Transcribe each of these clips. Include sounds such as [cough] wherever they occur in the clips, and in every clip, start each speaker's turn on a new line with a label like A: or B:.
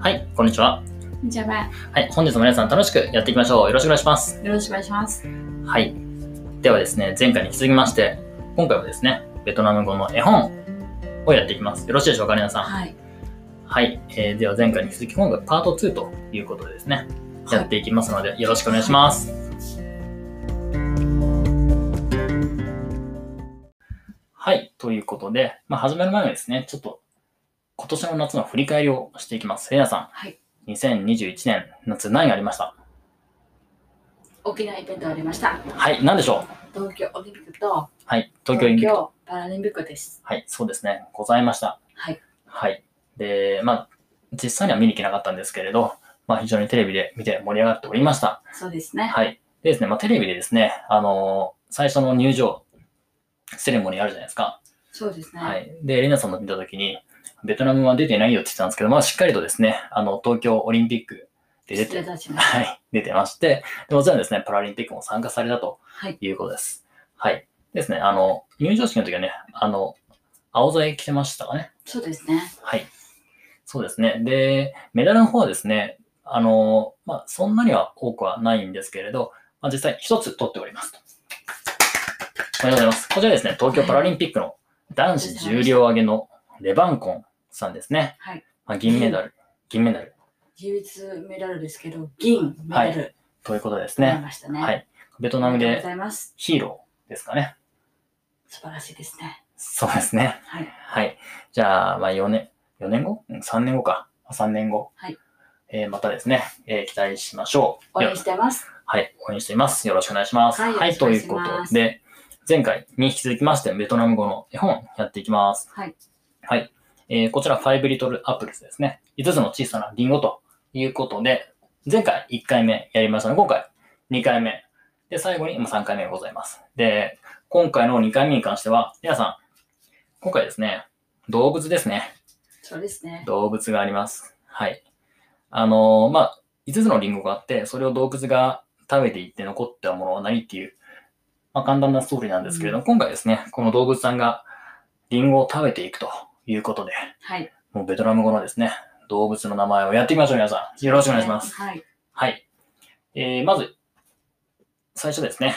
A: はい、こんにちは。
B: こんにちは。
A: はい、本日も皆さん楽しくやっていきましょう。よろしくお願いします。
B: よろしくお願いします。
A: はい。ではですね、前回に引き続きまして、今回はですね、ベトナム語の絵本をやっていきます。よろしいでしょうか、皆さん。
B: はい。
A: はい、えーでは前回に引き続き今回パート2ということでですね、
B: はい
A: やっていきますのでよろしくお願いします。はい、ということで、まあ、始める前にですね、ちょっと今年の夏の振り返りをしていきます。せいなさん、
B: はい
A: 2021年夏何がありました
B: 沖縄イベントありました。
A: はい、何でしょう
B: 東京オリンピックと
A: はい、東京オリンピック。
B: 東京パラリンピックです。
A: はい、そうですね、ございました。
B: はい。
A: はい。で、まあ、実際には見に行けなかったんですけれど、まあ、非常にテレビで見て盛り上がっておりました。
B: そうですね。
A: はい。でですね、まあ、テレビでですね、あのー最初の入場セレモニーあるじゃないですか。
B: そうですね。
A: はい。で、エレナさんの見たときに、ベトナムは出てないよって言ってたんですけど、まあ、しっかりとですね、あの、東京オリンピックで出
B: 失礼い
A: て、
B: たしました。
A: はい、出てまして、でもちろんですね、パラリンピックも参加されたと
B: はい。
A: いうことです。はい。ですね、あの、入場式の時はね、あの、青添え着てましたかね。
B: そうですね。
A: はい。そうですね。で、メダルの方はですね、あの、まあ、そんなには多くはないんですけれど、まあ、実際一つ取っておりますと。おめでとうございます。こちらですね、東京パラリンピックの男子重量挙げのレバンコンさんですね。
B: はい。
A: まあ、銀メダル、銀メダル
B: 唯一メダルですけど、銀メダル
A: ということです
B: になり
A: ね。
B: ましたね。
A: はい。ベト
B: あ
A: ナム
B: りがとうご
A: で
B: ざいます。
A: ヒーローですかね。
B: 素晴らしいですね。
A: そうですね。
B: はい。
A: はい。じゃあ、まあ4年、4年後うん、3年後か。3年後。
B: はい
A: えーまたですね、えー期待しましょう。
B: 応
A: よ
B: 援してます。
A: はい。応援しています。よろしくお願いします。
B: はいよ
A: と
B: ろ
A: い
B: し
A: う
B: くお
A: こ
B: 願いします
A: とで、前回に引き続きまして、ベトナム語の絵本やっていきます。
B: はい。
A: はい。えーこちら、5 Little Apples ですね。5つの小さなリンゴということで、前回1回目やりましたので、今回2回目。で、最後に3回目がございます。で、今回の2回目に関しては、皆さん、今回ですね、動物ですね。
B: そうですね。
A: 動物があります。はい。あのーまあ、5つのリンゴがあって、それを動物が食べていって残ったものは何っていう、まあ、簡単なストーリーなんですけれども、今回ですね、この動物さんがリンゴを食べていくということで、
B: はい。
A: もうベトナム語のですね、動物の名前をやってみましょう、皆さん。よろしくお願いします。
B: はい。
A: はい。えー、まず、最初ですね。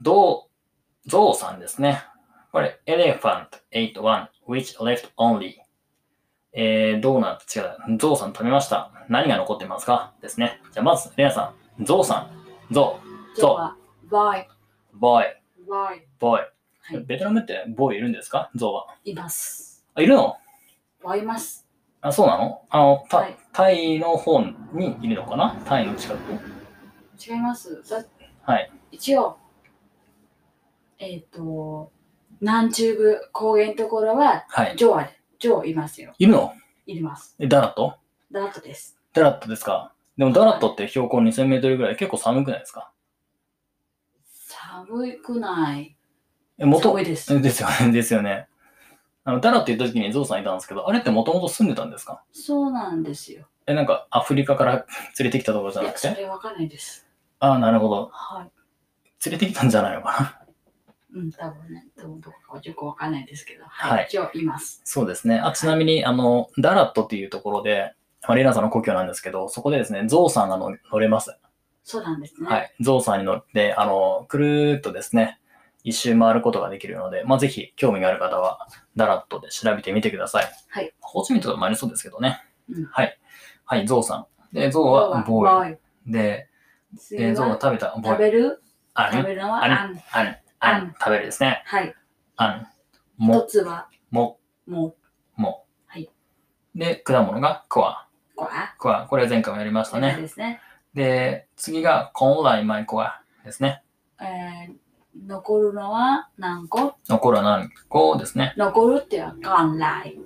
A: どう、ゾウさんですね。これ、elephant ate one, which left only. えー、ドーナツ、違う、ゾウさん食べました。何が残ってますかですね。じゃあ、まず、レナさん、ゾウさん、ゾ
B: 今日は、バイ、
A: ウ、ボーイ、
B: バイ、
A: ボーイ。
B: はい
A: ベトナムってボーイいるんですかゾウは。
B: います。
A: あ、いるの
B: わいます。
A: あ、そうなのあの、タ
B: はい
A: タイの方にいるのかなタイの近く。
B: 違います。だ
A: はい。
B: 一応、えっ、と、南中部高原のところは、
A: はい。
B: ジョア、ジョーいますよ。
A: いるの
B: いります。
A: え、ダラット
B: ダートです。
A: ダラットですかでもダラットって標高2000メートルぐらい結構寒くないですか
B: 寒くない。
A: え、元
B: 寒いです。
A: ですよね、 [laughs] ですよね。あの、ダラット行った時にゾウさんいたんですけど、あれってもともと住んでたんですか
B: そうなんですよ。
A: え、なんかアフリカから [laughs] 連れてきたところじゃ
B: い
A: な
B: や、
A: く
B: そ
A: て
B: れわかんないです。
A: ああ、なるほど。
B: はい。
A: 連れてきたんじゃないのかな
B: うん、多分ね、多分どこかはよくわかんないですけど、
A: は
B: はいい。一応います。
A: [laughs] そうですね。あ、ちなみに、あの、ダラットっていうところで、まあ、レイナさんの故郷なんですけど、そこでですね、ゾウさんが乗乗れます。
B: そうなんですね。
A: は。い。ゾウさんに乗って、あの、くるーっとですね、一周回ることができるので、まあ、ぜひ興味がある方は、ダラッとで調べてみてください。
B: はい。
A: ホーチミンとかもありそうですけどね。
B: うん
A: はい。はい、ゾウさん。で、ゾウ
B: 今
A: は
B: 日は
A: ボーイ。
B: ボーイ。
A: で、
B: 次
A: えーゾウが
B: は
A: 食べた、ボ
B: 食
A: ーイ。
B: べる
A: ア
B: 食
A: ン、
B: べるのは
A: あれ
B: アン。
A: アン、ア
B: あ
A: ン、食べるですね。
B: はい。
A: アン、
B: 一
A: も、
B: つは、
A: も、
B: もう、
A: も。
B: はい。
A: で、果物がクワ。
B: こわ。
A: クワ。これは前回もやりました
B: そう
A: ね。
B: ですね。
A: で、次がコンライマイクワですね。
B: えー残るのは何個
A: 残るは何個ですね。
B: 残るっていうのは元来。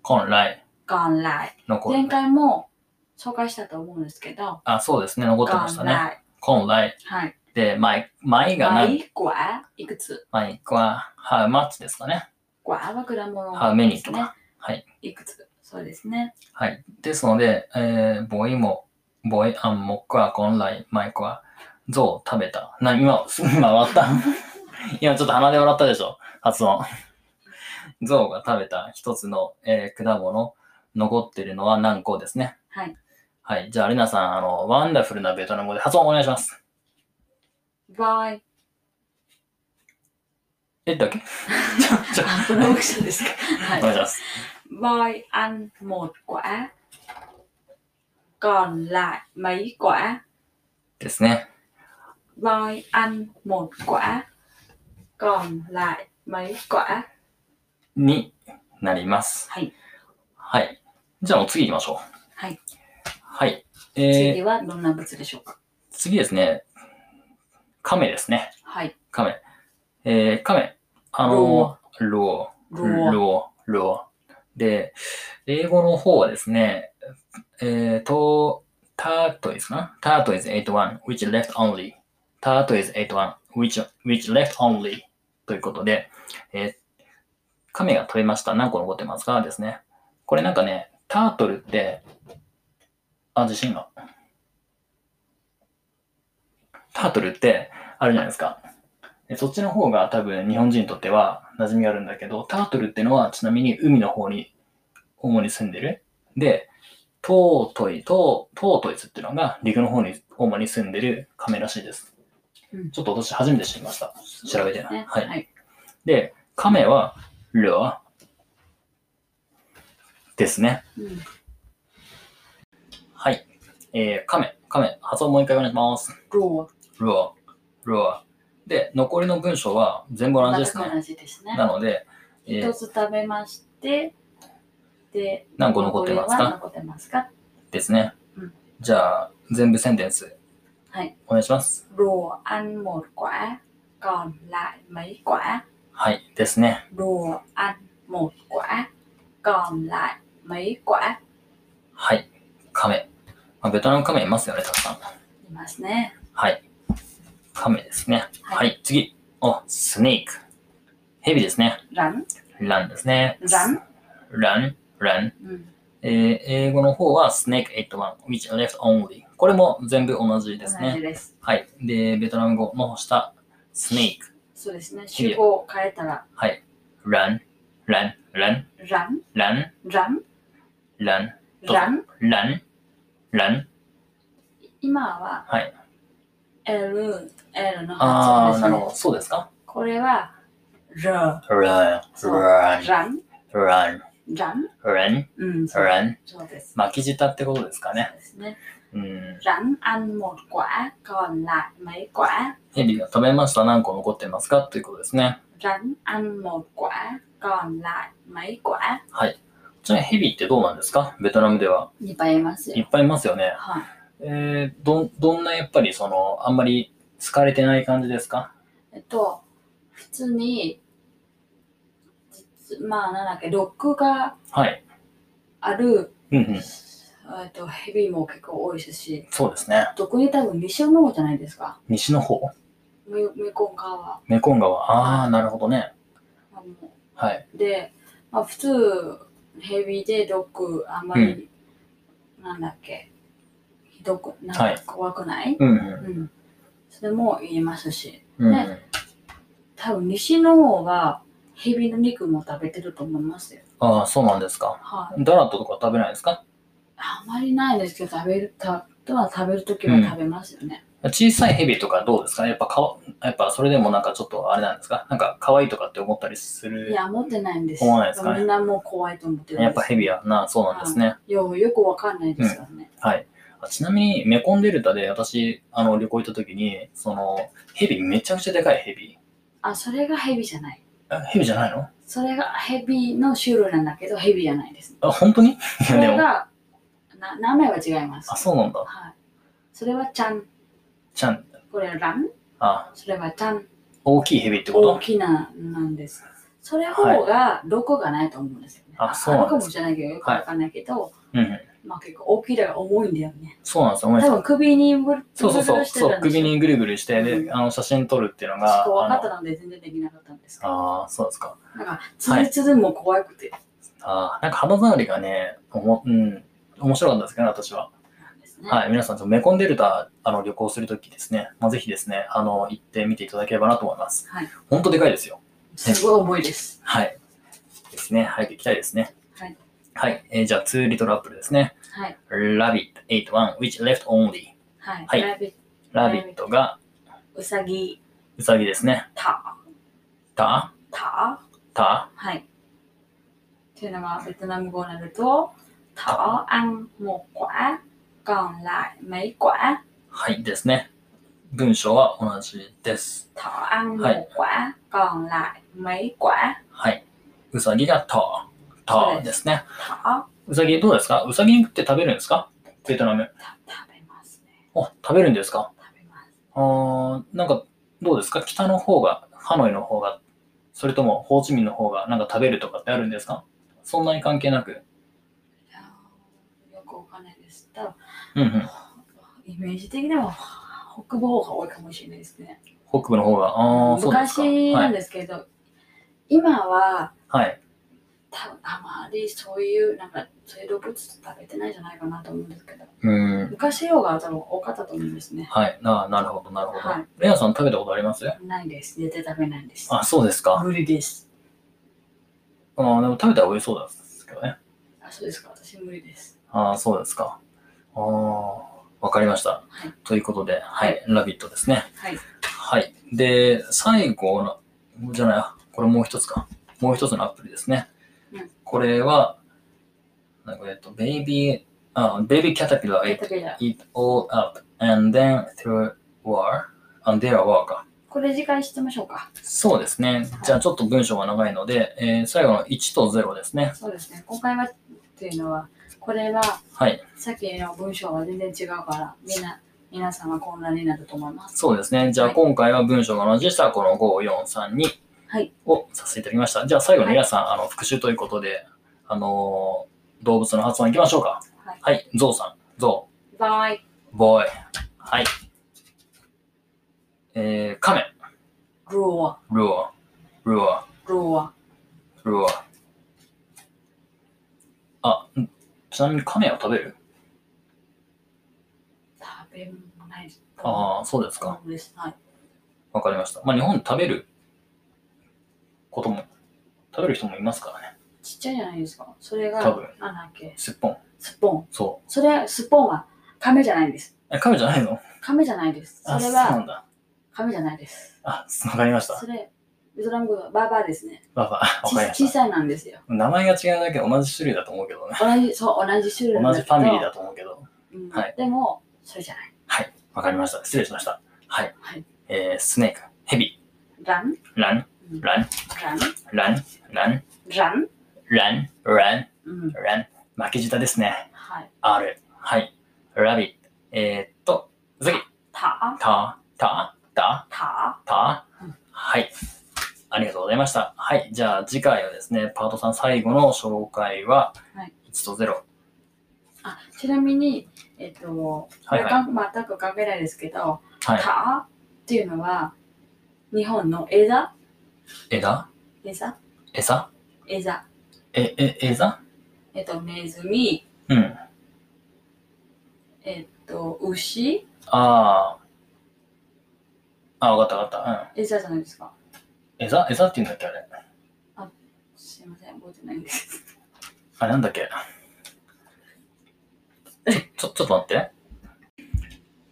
A: コンライ、
B: 元来。
A: 残る。
B: 前回も紹介したと思うんですけど、
A: あ、そうですね、残ってました
B: 元
A: ね。
B: 来。
A: 本来。
B: はい。
A: で、前、前が
B: マ
A: 何
B: イ、ゴア、いくつ
A: 前は、how much ですかね。
B: ゴアは果物。
A: how many と
B: ね
A: か。はい。
B: いくつそうですね。
A: はい。ですので、えー、ボーイも、ボーイ、アン、モックは、本来、マイクは、ゾウ、食べた。な、今、今笑った。 [laughs] 今ちょっと鼻で笑ったでしょ。発音。ゾウが食べた一つの、えー果物、残ってるのは何個ですね。
B: はい。
A: はい。じゃあ、レナさん、あの、ワンダフルなベトナム語で発音お願いします。
B: バイ。
A: え、
B: [laughs]
A: だけちょ、ちょ、
B: あ、プロモーションです
A: [laughs]
B: か。
A: お願い
B: は
A: し
B: い。
A: ます。
B: Boy ăn một quả. Còn lại mấy quả?
A: ですね。
B: Boy ăn một quả. Còn lại mấy quả?
A: になります。
B: はい。
A: はい。じゃあ、もう次行きましょう。
B: はい。
A: はい。えー、
B: 次はどんな物でしょうか
A: 次ですね。亀ですね。
B: はい。
A: 亀。えー、亀。あのー、ロー。
B: ロー
A: ロー。ロー。で、英語の方はですね、えー、と、turtle is な ?turtle is 81, which left only. turtle is 81, which, which left only. ということで、えー亀が取れました。何個残ってますかですね。これなんかね、タートルって、あ、地震が。タートルって、あるじゃないですか。でそっちの方が多分日本人にとっては馴染みあるんだけど、タートルってのはちなみに海の方に主に住んでる。で、トートイと、トートイスっていうのが陸の方に主に住んでる亀らしいです。
B: うん
A: ちょっと私初めて知りました。調べてない
B: ね
A: はい
B: はい。
A: で、亀は、ルアですね。
B: うん
A: はい。えー、亀、亀、発音もう一回お願いします。
B: ロ
A: ルアルアで、残りの文章は全部
B: ー。
A: 同じです
B: 全く
A: ね。
B: 同じですね
A: な。ので、えー
B: 一つ食べまして、で、
A: 何個残ってます
B: これは
A: か
B: 残ってますか
A: ですね
B: うん。
A: じゃあ、全部センテンス。
B: はい。
A: お願いします。
B: Rùa ăn một quả, còn lại mấy quả?
A: はい。ですね。
B: Rùa ăn một quả, còn lại mấy quả?
A: はい。亀。まあ、ベトナム亀いますよね、たくさん。
B: いますね。
A: はい。亀ですね。は
B: はい
A: い。次。お、スネーク。蛇ですね。
B: rắn,
A: ランですね。
B: rắn.
A: ラン、ラン。
B: うん
A: えー英語の方は snake 81, which left only. これも全部同じです
B: 同じ
A: ね。
B: です。
A: はい。で、ベトナム語の下、snake,
B: そうですね。
A: 次は
B: 主語を変えたら、
A: はい。run, run, run,
B: rắn,
A: run,
B: rắn,
A: run, どうぞ
B: rắn。
A: run, run.
B: 今は、
A: はい。
B: L、L の
A: あ
B: 発
A: ー、な
B: 音です
A: る
B: ね
A: ほ。ど。そうですか
B: これは、r、
A: ?run,
B: そう
A: run,
B: rắn、
A: run,
B: rắn。
A: run,
B: うん、そう
A: run.
B: そうです。
A: 巻き舌ってことですかね。
B: そうですね。
A: うん。
B: rắn ăn một quả, còn lại mấy quả?
A: ヘビが食べました。何個残ってますかということですね。
B: rắn ăn một quả, còn lại mấy quả?
A: じゃあヘビってどうなんですかベトナムでは。
B: いっぱいいます
A: い
B: よ。
A: っぱいいますよね。
B: はい。
A: えー、どん、どんなやっぱりその、あんまり好かれてない感じですか
B: えっと、普通に、実まあ、なんだっけ、ロックが
A: はい。
B: ある、
A: うんうん。
B: えっと、ヘビも結構多いですし、
A: そうですね。
B: 特に多分西の方じゃないですか。
A: 西の方
B: メメコン川。
A: メコン川。あ
B: は
A: ー、なるほどね。
B: あの
A: はい。
B: で、まあ、普通、ヘビでロックあんまり、なんだっけ、ひどく、なん
A: はい
B: か怖くない、
A: うんうん。
B: うん。それも言いますし、
A: うんうん、
B: 多分西の方はヘビの肉も食べてると思いますよ。
A: あー、そうなんですか。
B: はい、
A: ダラットとか食べないですか
B: あまりないですけど、食べる、た、とは食べるときは食べますよね。
A: 小さいヘビとかどうですかやっぱかわ、やっぱそれでもなんかちょっとあれなんですかなんか可愛いとかって思ったりす
B: い
A: る。
B: や、持ってないんです。
A: 思わないですかね
B: みんなもう怖いと思ってるんです。
A: やっぱヘビはな、そうなんですね。
B: よよくわかんないですよね。
A: はい。あちなみに、メコンデルタで私、あの、旅行行った時に、その、ヘビ、めちゃくちゃでかいヘビ。
B: あ、それがヘビじゃない。
A: あヘビじゃないの
B: それがヘビの種類なんだけど、ヘビじゃないです。
A: あ、本当にい
B: そ
A: や
B: れ
A: でも、
B: が、な名前は違います
A: あ、。そうなんだ。
B: はい。それはちゃん。
A: ちゃん、
B: これはラン。
A: あ、
B: それはちゃん。
A: 大きいヘビってこ
B: 大
A: と
B: きな、なんです。それ方が、どこがないと思うんですよね。
A: あそうなんです
B: かもしれないけど、よくわかんないけど、
A: うんうん。
B: まあ結構大きいだが重いんだよね。
A: そうなんですよ、お姉
B: 多
A: さん。
B: 分首にぶる
A: そうそう
B: ぶ
A: そ
B: る
A: う、
B: して
A: そ
B: た
A: う、
B: んです
A: 首
B: よ。
A: にぐるぐるして、
B: う
A: で、
B: ん
A: あの、写真撮るっていうの
B: 私
A: が、
B: 怖かった
A: あ
B: ので全然できなかったんですけど。
A: の、あーそうですか。
B: なんか、つるつるも怖くて
A: あーなんか肌触りがね、おも、うん、面白かったですけどね、私は。
B: ですね。
A: はい、皆さん、ちょっとメコンデルタ、あの、旅行するときですね、まあ、ぜひですね、あの、行ってみていただければなと思います。
B: はい。
A: ほんとでかいですよ。
B: すごい重いです。
A: はい。ですね。早く行きたいですね。
B: はい。
A: はい。えーじゃあ、2リトルアップルですね。
B: はい。
A: rabbit 81 which left only
B: はい。
A: はい
B: ラビット
A: ラビットが
B: うさぎ、
A: ウサギですね。
B: た、
A: た、
B: た、
A: た、
B: はい。っていうのがベトナム語になると、た、あん、もう、こあ、còn lại mấy quả
A: はいですね。文章は同じです。
B: thỏ ăn
A: はい
B: một quả còn lại mấy quả
A: はい。ウサギがた、たですね。
B: thỏ
A: ウサギどうですかウサギ肉って食べるんですかベトナム。
B: た食べますね
A: あ、食べるんですか
B: 食べます
A: あーなんか、どうですか北の方が、ハノイの方が、それともホーチミンの方がなんか食べるとかってあるんですかそんなに関係なく。
B: いやーよくわかんないです多分
A: うんうん。
B: イメージ的にも北部方が多いかもしれないですね
A: 北部の方が、ああ、そうですか。
B: 昔
A: は
B: なん
A: い。
B: ですけど、今は
A: はい。
B: 多分あまりそういうなんかそういう動物食べてないんじゃないかなと思うんですけど
A: うん。
B: 昔よが多分多かったと思うんですね
A: はい、ななるほど、なるほど。
B: はい
A: レアさん食べたことあります
B: ないです絶対食べないです
A: あ、そうですか。
B: 無理です
A: あーでも食べたら美味しそうですけどね。
B: あそうですか私無理です
A: あーそうですか。あーわかりました。
B: はい
A: ということで、はい、ラビットですね。
B: はい
A: はい。で、最後の、じゃないあ、これもう一つか。もう一つのアプリですね。
B: うん
A: これは、なんかえっと、ベイビー、あ、ベイビーキャタピラー
B: 食べない
A: eat all up and then through war, and their war か。
B: これ次回してましょうか
A: そうですね。じゃあちょっと文章が長いので、えー最後の1と0ですね。
B: そうですね。今回はっていうのは、これは
A: はい。
B: さっきの文章が全然違うから、みんな、皆さんは混乱になると思います。
A: そうですね。じゃあ
B: はい
A: 今回は文章が同じでしたらこの5、4、3、2
B: はい。
A: をさせていただきました。じゃあ最後に
B: はい
A: 皆さん、あの復習ということで、あのー動物の発音いきましょうか。
B: はい
A: はい。ゾウさん、ゾ
B: バイ、
A: ウ、ボーイ。はい。えー、カメ、
B: ルア、
A: ルアー、ルア
B: ルア、
A: ー、ルアー。あ、んちなみにカメは食べる
B: 食べない。
A: ああ、そうですか。
B: そうです。はい。
A: わかりました。まあ、日本食べることも、食べる人もいますからね。
B: ちっちゃいじゃないですか。それが、
A: 多分
B: なんだっけ、
A: すっぽん。
B: スポン。
A: そ
B: それ、スポンは亀じゃないんです
A: う。。え、亀じゃないの
B: 亀じゃないです。そ
A: あ、そう
B: れ
A: な
B: は
A: んだ。
B: 亀じゃないです。
A: あ、わかりました
B: そ。れ、ベトナム語はバーバーですね。
A: ババ、わ
B: ち
A: かりま
B: 小
A: した。
B: さいなんですよ。
A: 名前が違うだけで同じ種類だと思うけどね。
B: 同じ、そう、同じ種類
A: 同じファミリー
B: だ
A: だと思うけど。
B: けど。うん
A: はい
B: でも、それじゃない。
A: はい。わかりました。失礼しました。はい。
B: はい
A: えー、スネーク、ヘビ、
B: ラン、
A: ラン、
B: うん
A: ラン、
B: ラン、
A: ラン、ラン、
B: ラン、
A: ラン、ラン、
B: うん、
A: ラン。巻き舌ですね。
B: はい。
A: R。はい。ラビット。えー、っと、次。
B: た、
A: た、た、た、
B: た、
A: た
B: うん
A: はい。ありがとうございました。はい。じゃあ次回はですね、パート3最後の紹介は
B: はい
A: 1と0。
B: あ、ちなみに、えっと、こ
A: はい
B: れ
A: はい
B: か全く関係ないですけど、
A: はい。
B: たっていうのは、日本の枝
A: 枝
B: 枝
A: 餌
B: 枝。
A: え、え、餌
B: えっと、ネズミ、
A: うん。
B: えっと、牛
A: あー。あ、わかったわかった。
B: 枝じゃないですか。
A: うん。餌餌って言うんだっけあれ。
B: すいません、覚えてないんです。
A: あれなんだっけちょ、ちょ、ちょっと待って。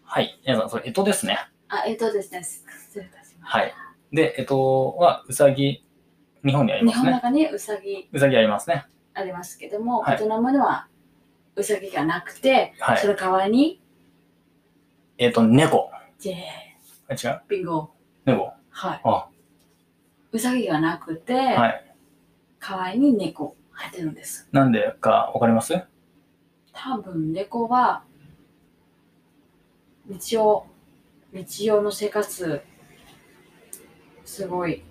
A: はい。皆さん、それ、えとですね。
B: あ、えっとですね、失礼いたしまし
A: はい。で、えとは、うさぎ、日本にあ
B: た。
A: り
B: 日
A: ます
B: 本の
A: ね。
B: 中にウサギ
A: うさぎありますね。
B: ありますけども、
A: はい
B: ベトナムではウサギがなくて、
A: は
B: そ
A: い。
B: の代わりに、
A: えっ、と、猫。
B: ジェー、
A: え違う
B: ビンゴ。
A: 猫。
B: はい。
A: あ
B: うさぎがなくて、
A: はい。
B: 代わりに猫入ってるんです。
A: なんでかわかります
B: 多分猫は、日曜、日曜の生活、すごい、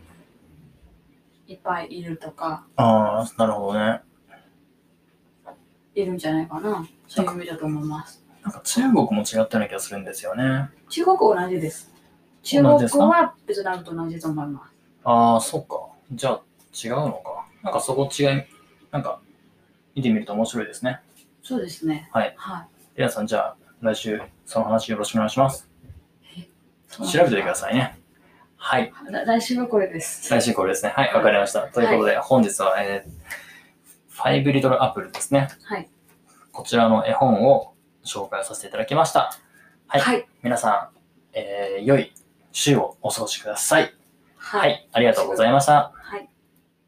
B: いっぱいいるとか、
A: ああ、なるほどね。
B: いるんじゃないかな。そういう意味だと思います。
A: なんか中国も違ったような気がするんですよね。
B: 中国は同じです。中国
A: 同じですか
B: はベトナムと同じと思いま
A: ああ、そっか。じゃあ違うのか。なんかそこ違い、なんか見てみると面白いですね。
B: す。そうですね。
A: はい。
B: は
A: 皆さん、じゃあ来週その話よろしくお願いします。調
B: い。
A: べておいてくださいね。はい。
B: い。来週はこれです。
A: 来週これですね。はい、わかりました。ということで、本日は、えー5リトルアップルですね。
B: はい。
A: こちらの絵本を紹介させていただきました。はい。
B: はい。
A: 皆さん、えー良い週をお過ごしください。は
B: はい。
A: い。ありがとうございました。
B: はい。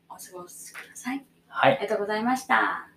B: お過ごしください。
A: は
B: あ
A: い。
B: りがとうございました。